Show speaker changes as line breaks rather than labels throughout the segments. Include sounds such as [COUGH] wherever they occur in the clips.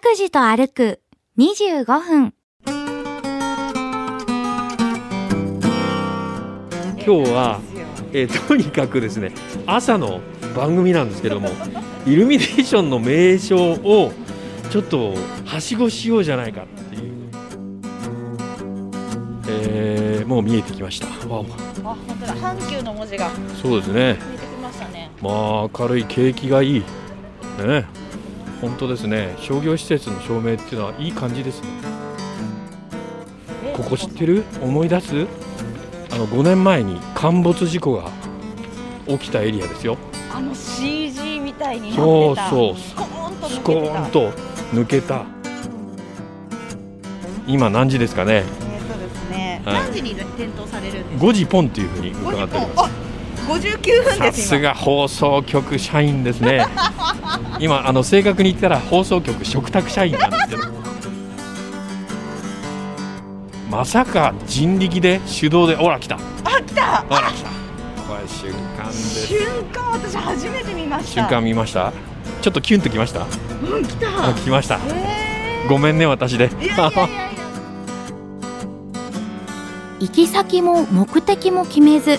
くじと歩く25分。
今日は、えーとにかくですね朝の番組なんですけど [LAUGHS] もイルミネーションの名称をちょっとはしごしようじゃないかっていう、えーもう見えてきましたあ
あ、本当だ。阪急の文字が
そうですね
見えてきましたね。
まあ明るい景気がいいね本当ですね商業施設の照明っていうのはいい感じですねここ知って
る？
る思い出すあの5年前に陥没事故が起きたエリアですよ
あの CG みたいになっ
そう
てた。
そう
スコーンと
ス
抜
コ
けて
ー
た
ン。と抜けた今何時ですかね
えーとですね。
はい
何時に点灯されるんですか？
5時ポンっていうふうに伺っております
五十九分
さ
で
す
す今。
が放送局社員です
[LAUGHS]
ね今あの正確に言ったら放送局食卓社員なんですけどまさか人力で手動でほら来た
あ、来た。
ほら来たこれ瞬間です
瞬間私初めて見まし
瞬
た。
間。見ましたちょっとキュンときました
うん、来
あ
た。
来ました
え
ごめんね私で
ーいやいやいやいや。
[LAUGHS]
行き先も目的も決めず、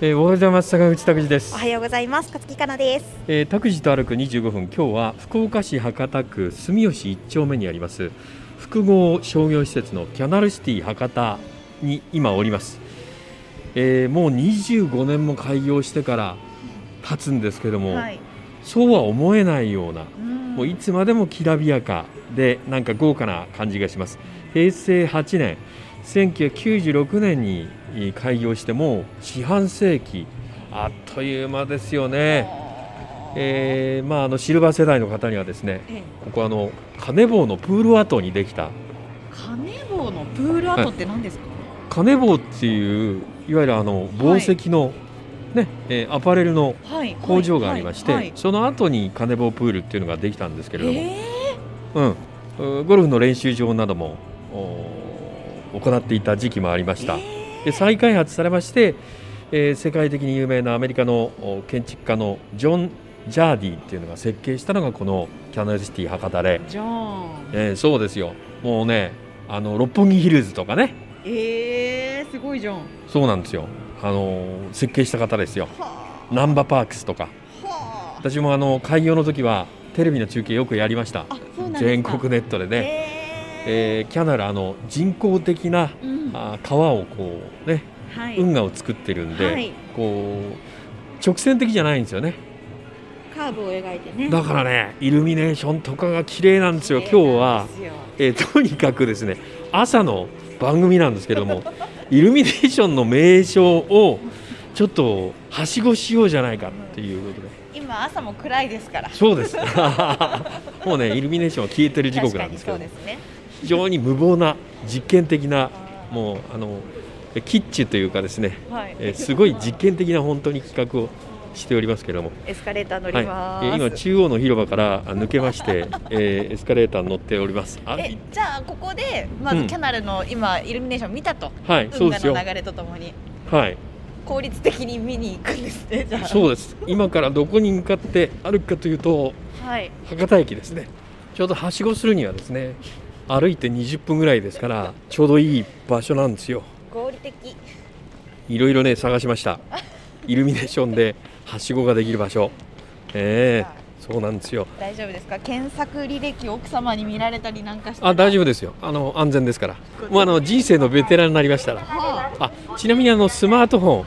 えー、おはようございます坂口拓司です
おはようございます。勝木かなです。
えー、拓司と歩く25分今日は福岡市博多区住吉1丁目にあります複合商業施設のキャナルシティ博多に今おります、えー、もう25年も開業してから経つんですけども、
はい。
そうは思えないようなも
も
ういつまでもきらびやかでなんか豪華な感じがします平成8年1996年にえー開業してもう四半世紀あっという間ですよね、えーまあ、あのシルバー世代の方にはですね
え
ここあの金棒のプール跡にできた
金棒のプール跡って何ですか？
金棒っていういわゆるあの紡績の、ねえーアパレルの
はい。
工場がありまして、
はいはい
その後に金棒プールっていうのができたんですけれども、
え
うんうん、ゴルフの練習場などもお行っていた時期もありまし
ー
た、
え
で再開発されまして、えー世界的に有名なアメリカのお建築家のジョン・ジャーディっていうのが設計したのがこのキャナルシティ博多で、
ー。じゃあ。
えーそうですよもうねあの六本木ヒルズとかね
えー、すごいじゃん。は
そうなんですよあの設計した方ですよ
あ。
ナンバパークスとか
はあ。
私もあの開業の時はテレビの中継よくやりました
あ、そうなんですか。
全国ネットでね、
え
えーキャナルあの人工的な
ーうん、は
あー川をこうね
い、
運河を作ってるんで、
はい、
こう直線的じゃないんですよね
カーブを描いてね。
だからねイルミネーションとかが綺麗なんですよ今日は、
綺麗なん
えー [LAUGHS] とにかくですね朝の番組なんですけど
[LAUGHS]
もイルミネーションの名称をちょっとはしごしようじゃないかっていうことで
ですよ今朝も暗いですから。
そうです
[LAUGHS]
もうねイルミネーションは消えてる時刻なんですけど
確かにそうですね。
非常に無謀な実験的なもうあのキッチュというかですね
はい。
えーすごい
[LAUGHS]
実験的な本当に企画をしておりますけれども、
エスカレーター乗
は
り
いえ
ます。
ー今中央の広場からあ抜けまして、えーエスカレーターに乗っております。あ
え、じゃあここでま
う
ず
ん
キャナルの今イルミネーション見たと、
はい、そう
運
です
河
よ
の。流れとともに
はい、
効率的に見に行くんですね。じゃあ。
そうです。今からどこに向かって歩くかというと
はい。
博多駅ですね。ちょうどはしごするにはですね、歩いて20分ぐらいですからちょうどいい場所なんですよ。
合理的。
いろいろね探しま
[LAUGHS]
した。イルミネーションではしごができる場所。ええそうなんですよ。
大丈夫ですか？検索履歴を奥様に見られたりなんかして。
あ大丈夫ですよあの安全ですからもうあの人生のベテランになりましたら
は
あちなみにあのスマートフォン、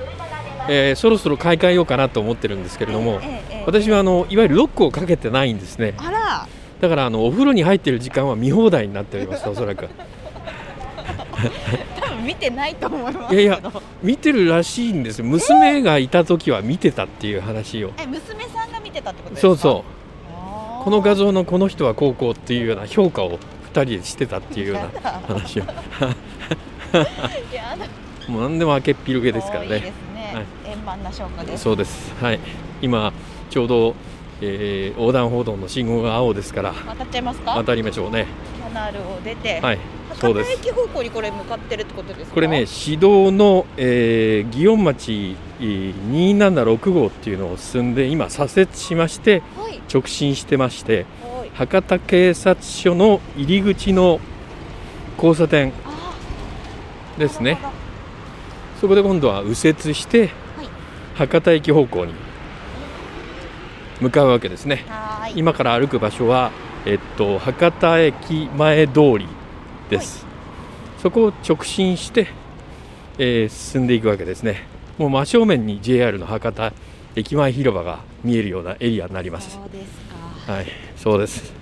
えーそろそろ買い替えようかなと思ってるんですけれども
ええええ
私はあのいわゆるロックをかけてないんですね
あ。あら。
だからあのお風呂に入ってる時間は見放題になっており
[LAUGHS]
ますおそらく
多分見てないと思います
い
け
や
ど。
いや見てるらしいんです娘がいた時は見てたっていう話を
え娘さんが見てたってことですか
そうそう
あー
この画像のこの人は高校っていうような評価を2人でしてたっていうような
やだ
話を
やだ
もう何でも開けっぴるげですから
多いで
ね
すね、
はい
円満な消化です
そうですはい今ちょうど、えー横断歩道の信号が青ですから
渡っちゃいますか、
渡りましょうね
キャナルを出て、
はいそう
博
で
多
す
駅方向にこれ向かってるってことですか
これね市道の、えー、祇園町えー276号っていうのを進んで今左折しまして
はい
直進してまして
はい
博多警察署の入り口の交差点
あー
ですね
なるほ
そこで今度は右折して、
はい
博多駅方向に向かうわけですね
どはーい
今から歩く場所は、えっと、博多駅前通りです、そこを直進して、えー進んでいくわけですねもう真正面に JR の博多駅前広場が見えるようなエリアになります
そうですか
はいそうです、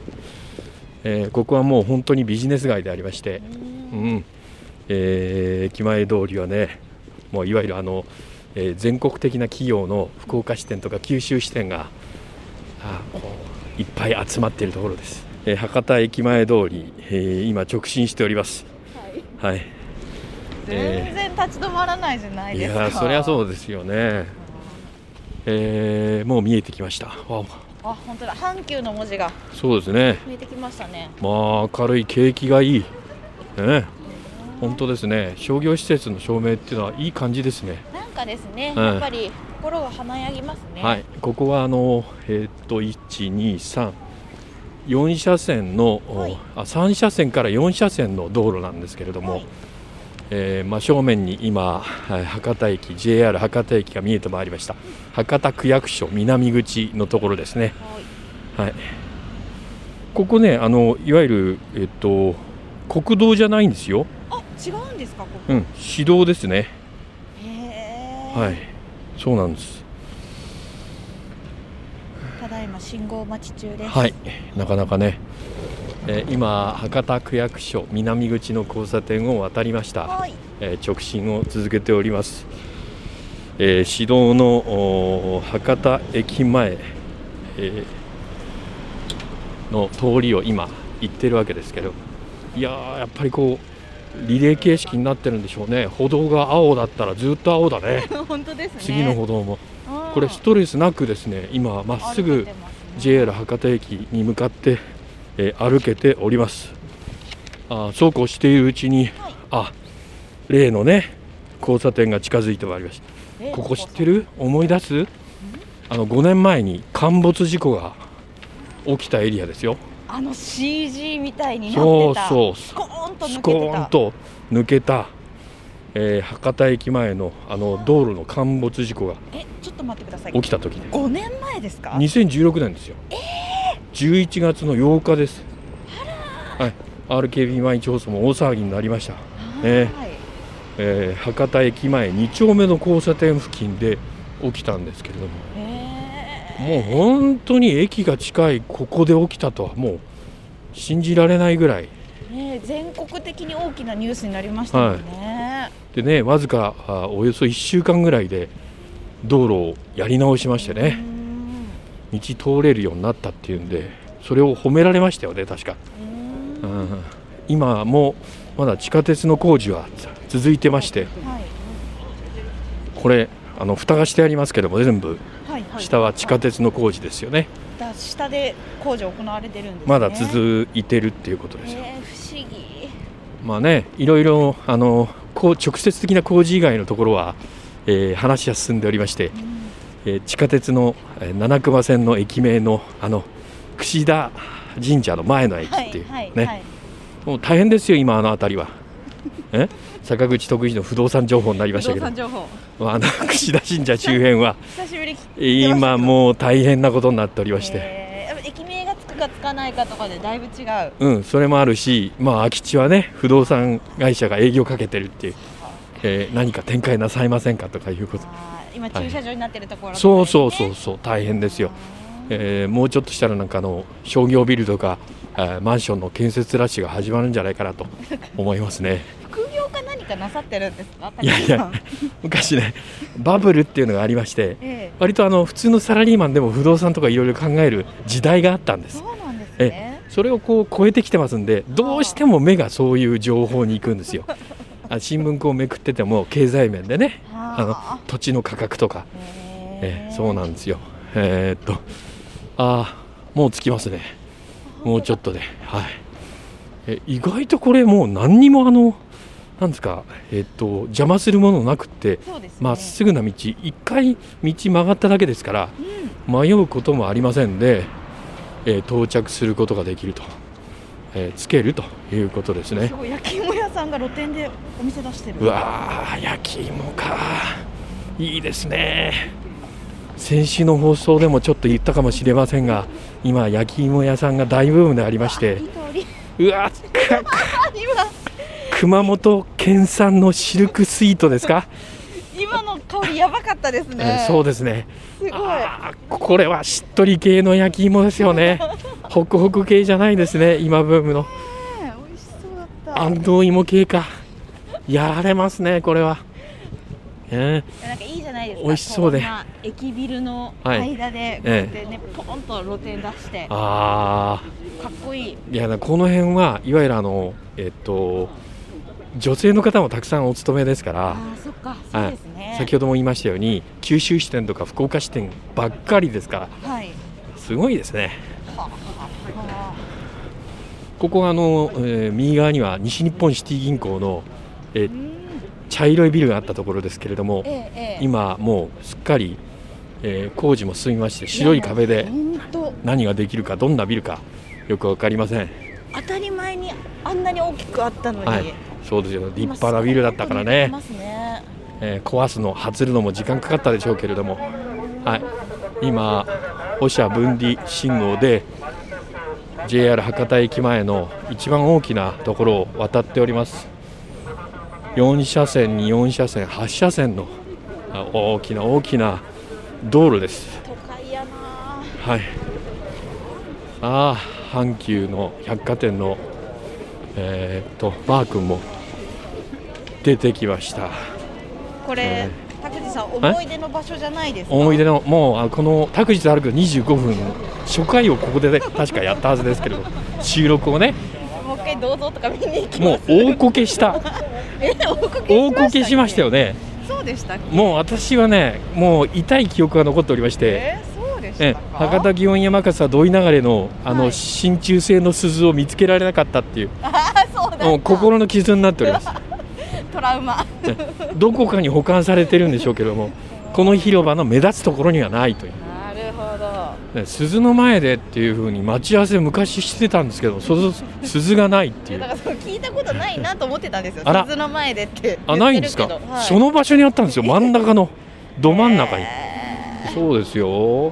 えーここはもう本当にビジネス街でありまして、
うーん
うんえー駅前通りはねもういわゆるあの、えー全国的な企業の福岡支店とか九州支店があーこういっぱい集まっているところです、えー博多駅前通り、えー今直進しております
はい
はい
全然立ち止まらないじゃない
い
です
や
か、
ーそりゃ
う
そうですよねえーもう見えてきましたあ
あ本当だ阪急の文字が
そうですね
見えてきましたね
まあ明るい景気がいいね本当ですね商業施設の照明っていうのはいい感じですね
なんかですね、
うん
やっぱり心が華やぎますね。
はい、ここはあの、えーっと1234車線の、お
はい
あ3車線から4車線の道路なんですけれども、
はい
えー真正面に今はい博多駅 JR 博多駅が見えてまいりました博多区役所南口のところですね、
はい
はい、ここねあのいわゆる、えーっと国道じゃないんですよ、
あ、違うんですか、ここ。
うん、市道ですね
へー
はいそうなんです
ただいま信号待ち中です。
はい、なかなかね、えー今博多区役所南口の交差点を渡りました、
はい。
えー直進を続けております、えー市道のおー博多駅前、えーの通りを今行ってるわけですけどいやーやっぱりこうリレー形式になってるんでしょうね歩道が青だったらずっと青だね
[LAUGHS] 本当ですね。
次の歩道も
うん。
これストレスなくですね今まっす
歩
ぐ
けてますね
JR 博多駅に向かって、えー歩けておりますあーそうこうしているうちに、
はい
あ例のね交差点が近づいてまいりまし
え
たここ知ってる思い出すあの5年前に陥没事故が起きたエリアですよ
あの CG みたいになっ
そう
てた。
そう
スコーンと抜けて
ス
た。
コーンと抜けた、えー博多駅前のあの道路の陥没事故が
え、ちょっと待ってください。
起きた時ね
5年前ですか。
2016年ですよ、11月の8日ですはい、RKB 毎日放送も大騒ぎになりました、えー
はい。
えー博多駅前2丁目の交差点付近で起きたんですけれども
え
もう本当に駅が近いここで起きたとはもう信じられないぐらい
ーね、全国的に大きなニュースになりましたもんね。
でねわずかあおよそ1週間ぐらいで道路をやり直しまして
う
ね
ん
道通れるようになったっていうんでそれを褒められましたよね確か
うん
うん今もまだ地下鉄の工事は続いてまして
はい。
これあの蓋がしてありますけども全部
はいはい、
下は地下鉄の工事ですよね
だ下で工事行われてるんですね
まだ続いてるっていうことですよ
えー、不思議
まあねいろいろあのこう直接的な工事以外のところは、えー話は進んでおりまして、えー地下鉄の、えー七熊線の駅名のあの櫛田神社の前の駅っていうね、
い、
もう大変ですよ今あの辺り
[LAUGHS]
はえ坂口徳一の不動産情報になりま
不
した
動
けど
産情報
まあ、あの櫛田神社周辺は
久しぶりに聞きました
今もう大変なことになっておりまして、
えーやっぱ駅名がつくかつかないかとかでだいぶ違う
うん、それもあるし、まあ、空き地はね不動産会社が営業かけてるっていう、えー何か展開なさいませんかとかいうこと
あー今駐車場になってるところ、
そうそうそうそう大変ですよ、えーもうちょっとしたらなんかあの商業ビルとか、えーマンションの建設ラッシュが始まるんじゃないかなと思いますね
副業か何かなさってるんですか
いやいや
高橋さん
昔ねバブルっていうのがありまして
え
割とあの普通のサラリーマンでも不動産とかいろいろ考える時代があったんで
え
す
そうなんです
え
ね
それをこう超えてきてますんでどうしても目がそういう情報に行くんですよ。あ新聞こうめくってても経済面でね
あ
土地の価格とか、
の、
え
へ
ーそうなんんですよ。えーっとあーもう着きますねもうちょっとで、はい、え意外とこれもう何にもあのなんですか、えーっと邪魔するものなくって
そうですね
まっすぐな道一回道曲がっただけですから
うん
迷うこともありませんで、えー到着することができると、えーつけるということですね
す。ごい焼き芋屋さんが露店でお店出してる
うわー焼き芋かいいですね先週の放送でもちょっと言ったかもしれませんが今焼き芋屋さんが大ブームでありまして
いい香り。
うわか [LAUGHS] 熊本県産のシルクスイートですか、
今の香りやばかったです
え
ね
ーそうですね
すごい
あーこれはしっとり系の焼き芋ですよねホクホク系じゃないですね今ブームの
ね美味しそうだった
安藤芋系かやられますねこれは、えー
なんかいいじゃないですか
美味しそうで
こんな駅ビルの
はい
間で、こうやってねポンと露店出してか
ああ
っこいい
いやこの辺はいわゆるあのえっと女性の方もたくさんお勤めですから
ああそっかそうですね
先ほども言いましたように九州支店とか福岡支店ばっかりですから
はい
すごいですね
あ
ここあの、えー右側には西日本シティ銀行の
ーうん
茶色いビルがあったところですけれども
ええええ
今もうすっかり、えー工事も進みまして白い壁で
本当
何ができるかどんなビルかよく分かりません
当たり前にあんなに大きくあったのに、
はいそうですよ立派なビルだったからね
今すごいことになってますね
えー壊すの、外るのも時間かかったでしょうけれども、はい、今、オシャ分離信号で JR 博多駅前の一番大きなところを渡っております。4車線に4車線、8車線のあ大きな大きな道路です。
都会やな
はい、ああ、阪急の百貨店の、えーっとマー君も出てきました。
これ、拓司さん思い出の場所じゃないですか
思い出のもうあこの「拓司と歩く25分」初回をここで、ね、確かやったはずですけれど収録をね
もう一回どうぞとか見に行
[LAUGHS]
き
もう大こけした
え大こけ
大こけしました
よ
よね
そうでしたっけ
もう私はねもう痛い記憶が残っておりまして、
えーそうでし
え
たか
博多祇園山笠土井流れのあの、
はい
真鍮製の鈴を見つけられなかったっていう
あそうだった
もう心の傷になっております
トラウマ
どこかに保管されてるんでしょうけれどもこの広場の目立つところにはないという
なるほど
ね鈴の前でっていうふうに待ち合わせ昔してたんですけどそそ鈴がないってい
いやだ
う
からその聞いたことないなと思ってたんですよ
あら
鈴の前でって言ってるけど
あないんですか、
はい
その場所にあったんですよ真ん中
[LAUGHS]
のど真ん中に、
え
そうですよ
ー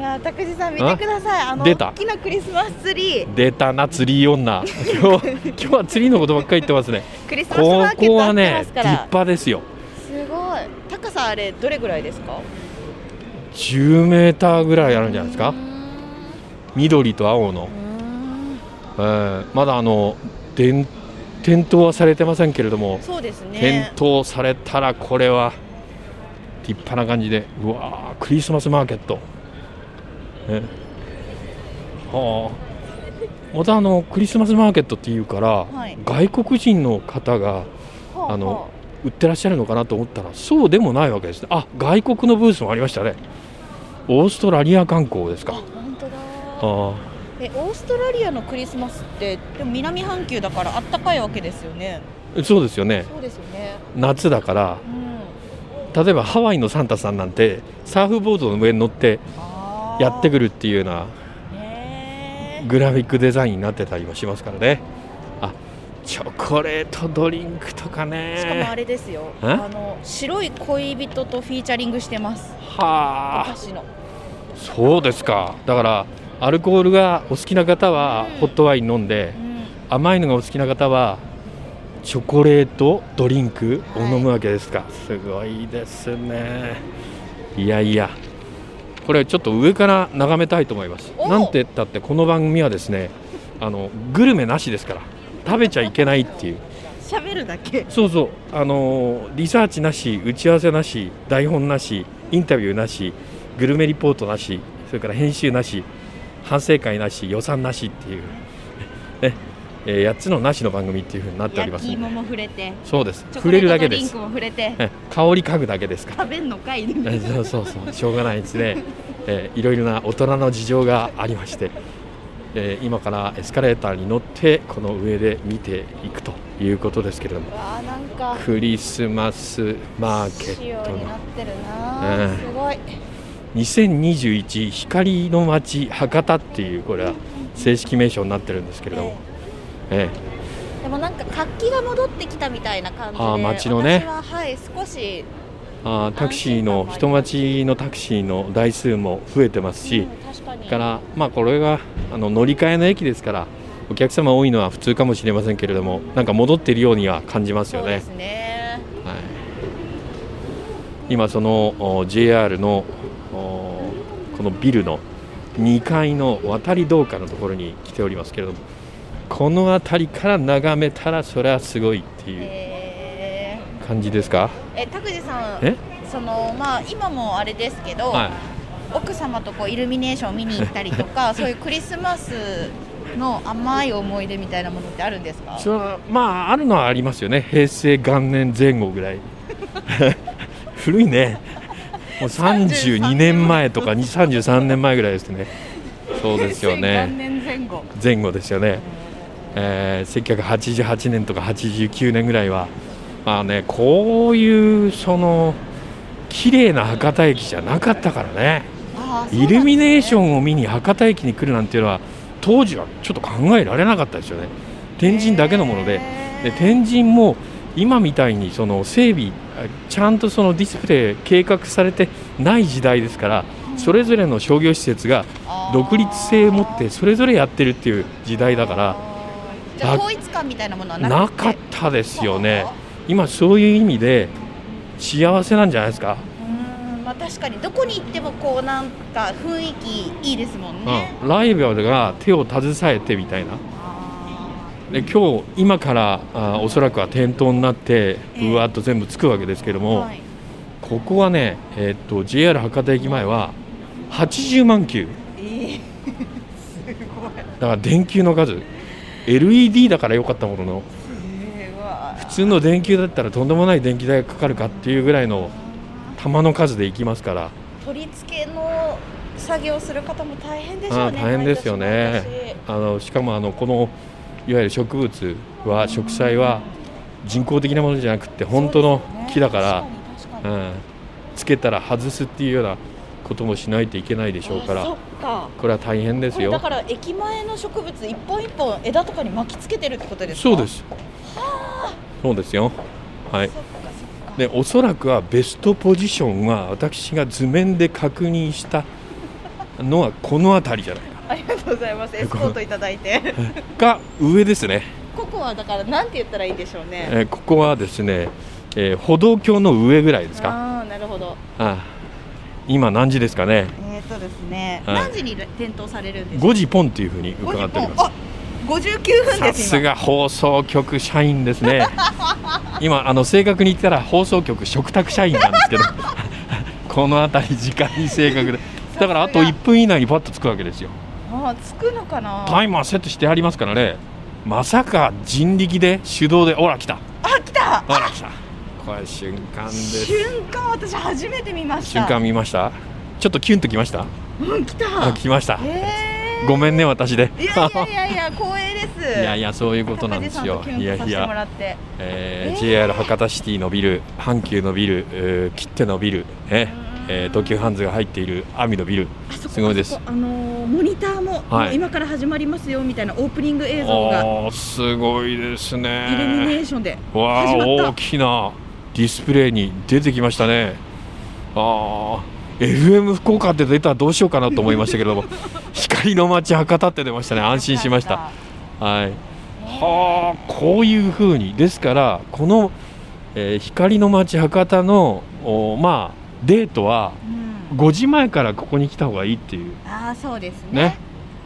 ほら拓司さん見てくださいあの
出た
大きなクリスマスツリー
出たな釣り女今日今日は釣りのことばっかり言ってますね
クリスマス
こ
マーケッ
こ
トあ
は
って
ね
ます
立
から、
派ですよ
すごい高さあれどれぐらいですか
10メーターぐらいあるんじゃないです
う
か
ー
緑と青の、
んう
えーまだあの点点灯はされてませんけれども
ーんそうですね
検討されたらこれは立派な感じでうわークリスマスマーケット、ね、はあまたあのクリスマスマーケットっていうから、
はい
外国人の方が
ほうほう
あの売ってらっしゃるのかなと思ったらそうでもないわけですねあ外国のブースもありましたねオーストラリア観光ですか
本当だ
あ
えオーストラリアのクリスマスってでも南半球だからあったかいわけですよね
あそうですよね
そうですよね
夏だから
うん
例えばハワイのサンタさんなんてサーフボードの上に乗ってやって
る
くるっていうようなグラフィックデザインになってたりもしますからねあチョコレートドリンクとか
しかもあ
ね
れですよ
え
あの白い恋人とフィーチャリングしてますお
は
菓
あ
子の
そうですかだからアルコールがお好きな方は
うん
ホットワイン飲んで
うん
甘いのがお好きな方はチョコレートドリンクを
はい
飲むわけですか、すごいですねいやいやこれちょっと上から眺めたいと思います
お
なんて言ったってこの番組はですねあのグルメなしですから食べちゃいけないっていう
喋るだけ
そうそう、あのーリサーチなし、打ち合わせなし、台本なし、インタビューなし、グルメリポートなし、それから編集なし、反省会なし予算なしっていう、 [LAUGHS] ねえー、8つのなしの番組っていうふうになっておりま
焼
す
き
んで
芋も触れて
そうです
チョコ
触れ
レート
るだけ
ド
で
リン
す
クも触れて
え香り嗅ぐだけですから
[LAUGHS] 食べんのかい
そうそうそうしょうがないですね、えーいろいろな大人の事情がありまして、えー今からエスカレーターに乗ってこの上で見ていくということですけれども
わあなんか
クリスマスマーケ
仕様
ット
にな
の
ってるな
うん
あすごい
2021光の街博多っていうこれは正式名称になってるんですけれども、えー
でもなんか活気が戻ってきたみたいな感じで
あー街のね
私ははい少し、
あータクシーの人待ちのタクシーの台数も増えてますし、
うん確かに
から、まあ、これがあの乗り換えの駅ですからお客様多いのは普通かもしれませんけれどもなんか戻っているようには感じます
そ
よ
う
ね。
ですね
はい、今そのお JR のおこのビルの2階の渡り廊下のところに来ておりますけれどもこの辺りから眺めたらそれはすごいっていう
え
感じですか、
ー、え拓司さん
え
そのまあ今もあれですけど、
はい、
奥様とこうイルミネーション見に行ったりと
[LAUGHS]
かそういうクリスマスの甘い思い出みたいなものってあるんですか
それはまああるのはありますよね平成元年前後ぐらい [LAUGHS] 古いねもう32年前とかに33年前ぐらいですねそうですよ
2000
ね
年前後
前後ですよね、えー、1988年とか89年ぐらいはまあねこういうその綺麗な博多駅じゃなかったからね
あーそうなんですね
イルミネーションを見に博多駅に来るなんていうのは当時はちょっと考えられなかったですよね天神だけのもので、
へ
で
ー
天神も今みたいにその整備あちゃんとそのディスプレイ計画されてない時代ですからそれぞれの商業施設が独立性を持ってそれぞれやってるっていう時代だから
あーじゃあ統一感みたいなものはな
な
くて
かったですよね今そういう意味で幸せなんじゃないですか、
うーんまあ確かにどこに行ってもこうなんか雰囲気いいですもんね、
うん、ライバルが手を携えてみたいな
あ
で今日今からあおそらくは店頭になって
ええ
うわーっと全部つくわけですけど
ー
も、
はい
ここはね、えーっと JR 博多駅前は80万球
えー [LAUGHS] すごい
だから電球の数 LED だから良かったものの
えーうわー
普通の電球だったらとんでもない電気代がかかるかっていうぐらいの玉の数でいきますから
取り付けの作業する方も大変でしょうね
あー大変ですよね
毎年毎年
あのしかもあのこのいわゆる植物は植栽は人工的なものじゃなくて本当の
そうですよね
木だから、
確かに
う
確か
ん、つけたら外すっていうようなこともしないといけないで
に
しょうか
あ
ら
そっか
これは大変です
これ
よ
だ。から駅前の植物一本一本枝とかに巻きつけてるってことですか
そうです。そうですよ。はい。
そっかそっか
でおそらくはベストポジションは私が図面で確認したのはこの辺りじゃないか
ありがとうござ
[LAUGHS]
いますエスコートいただいて
が上ですね、
ここはだからなんて言ったらいいでしょうね
えーここはですね、えー歩道橋の上ぐらいですか
ああーなるほど
ああ今何時ですかね
えっ、ー、とですね、
はい
何時に点灯されるんですか
5時ポンっていうふうに伺っております
五十九分
さ
です
すが放送局社員です [LAUGHS] ね今あの正確に言ったら放送局嘱託社員なんですけ [LAUGHS] どこの辺り時間に正確でだからあと1分以内にパッとつくわけですよ
今あーつくのかな
タイマーセットしてありますからねまさか人力で手動でほら来た
あ来た
ほら来たこれ瞬間です
瞬間私初めて見ました
瞬間見ましたちょっとキュンときました
うん来
あ
た
来ました
えー、
ごめんね私で
いやいやいやいや光栄で
[LAUGHS]
す
いやい
や
やそういうことなんですよい
い
や
や
い
い
や、
やって
えー
えー
JR 博多シティのビル阪急のビル、えー切手のビル、ねえー東急ハンズが入っている阿美のビル
あそこ
すごいです
あそこあのーモニターも、
はい
もう今から始まりますよみたいなオープニング映像が
あーすごいです
イルミネ
ね
ーションで
わあ
始まった
大きなディスプレイに出てきましたねああ FM 福岡って出たらどうしようかなと思いましたけれど
[LAUGHS]
も光の街博多って出ましたね安心しましたはいはあこういうふうにですからこの、えー光の街博多のおまあデートは
うん
5時前からここに来た方がいいっていう
ああそうですね
ね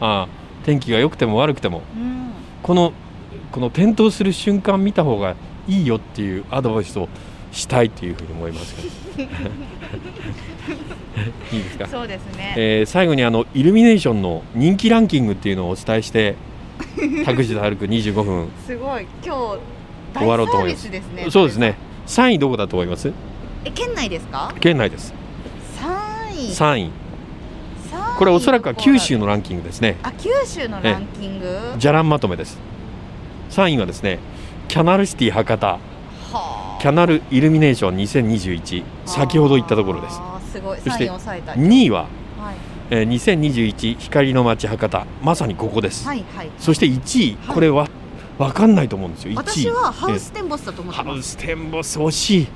ああ天気が良くても悪くても
うん
このこの点灯する瞬間見た方がいいよっていうアドバイスをしたいというふうに思いますが [LAUGHS] いいですか、
そうですね。
えー最後にあのイルミネーションの人気ランキングっていうのをお伝え
[LAUGHS]
して「タクシーと歩く25分
すごい今日大
終わろうと
サ
思い
ービ
ます
スです」ね。
そうですね。3位どこだと思います
え県内ですか？
県内です
三位。
3位
三位
これおそらくは九州のランキングですね
あ九州のランキング。
じゃらんまとめです3位はですねキャナルシティ博多
はあ
キャナルイルミネーション2021先ほど言ったところです
あーすごい
そし
三
て
位を抑えた。はい
2位は、えー2021光の街博多まさにここです、
はいはい。
そして1位
はい
これはわかんないと思うんですよ1位
私はハウステンボスだと
え
思
ー
って
ハ
ま
ウ
す。
ステンボス惜しい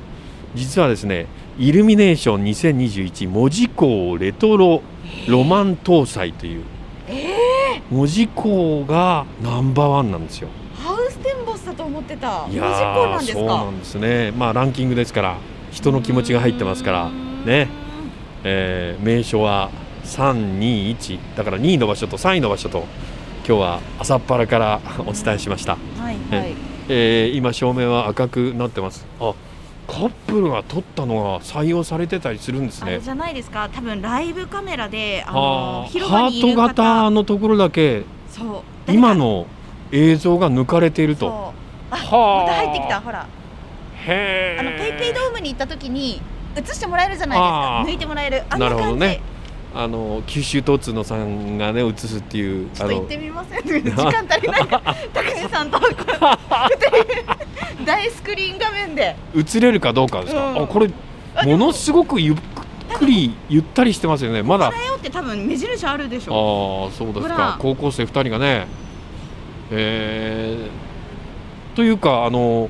実はですねイルミネーション2021文字港レトロロマン搭載という、文字港がナンバーワンなんですよ
ハウステンボスだと思ってた。
い
無事
や
故なん
ー
です
そうな
か？
んですねまあランキングですから人の気持ちが入ってますからねえー名所は321だから2位の場所と3位の場所と今日は朝っぱらから [LAUGHS] お伝えしました、
はいはい。
えー今照明は赤くなってますあカップルが撮ったのが採用されてたりするんです
あ
ね
れじゃないですか？多分ライブカメラであ
あ
の
ー
広
ハ
場に
ー
いる
ト
方。
型のところだけ
そう。
今の映像が抜かれていると
そう。
は
また入ってきたほら
へー
あのペイペイドームに行った時に映してもらえるじゃないです
あ
か
ー
抜いてもらえるあん
な
な
る
感
ほ
じ
どねあの九州東通のさんがね映すっていう
ちょ
あ
っと行っ
の
てみません [LAUGHS] 時間足
[LAUGHS]
りないから拓司さんとこう大スクリーン画面で
映れるかどうかですか、
うん
あこれ
あで
も
も
のすごくゆっくりゆったりしてますよねまだあ
だよって多分目印あるでし
あ
ょ
ーそうです
ほ
から高校生2人がねえーというかあの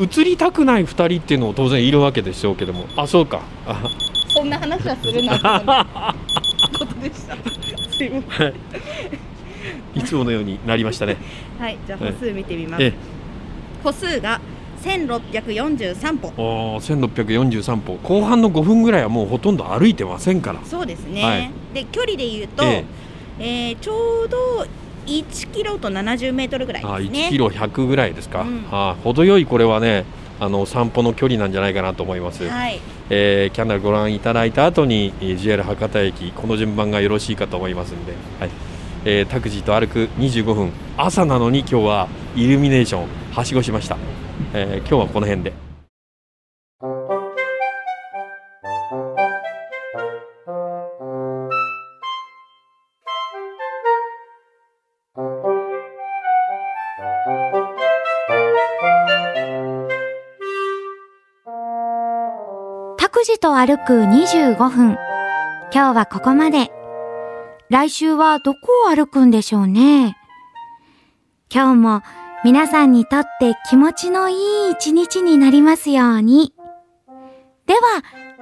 映りたくない2人っていうのも当然いるわけでしょうけどもあそうかあ
そんな話はするなってことで
[LAUGHS]
したすいません
いつものようになりましたね [LAUGHS]
はいじゃあ歩数見てみます
え
歩数が1643歩
えおー1643歩後半の5分ぐらいはもうほとんど歩いてませんから
そうですね、
はい
で距離で言うと、
え
えーちょうど1キロと70メートルぐらい
あ
です
1
ね
キロ100ぐらいですか、
うん
あ程よいこれはねあの散歩の距離なんじゃないかなと思います、
はい、
えーキャンダルご覧いただいた後にえー JR 博多駅この順番がよろしいかと思いますんで、はいえー、タクジーと歩く25分朝なのに今日はイルミネーションはしごしました、えー今日はこの辺で
タクジと歩く25分。今日はここまで。来週はどこを歩くんでしょうね。今日も皆さんにとって気持ちのいい一日になりますように。では、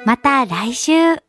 また来週。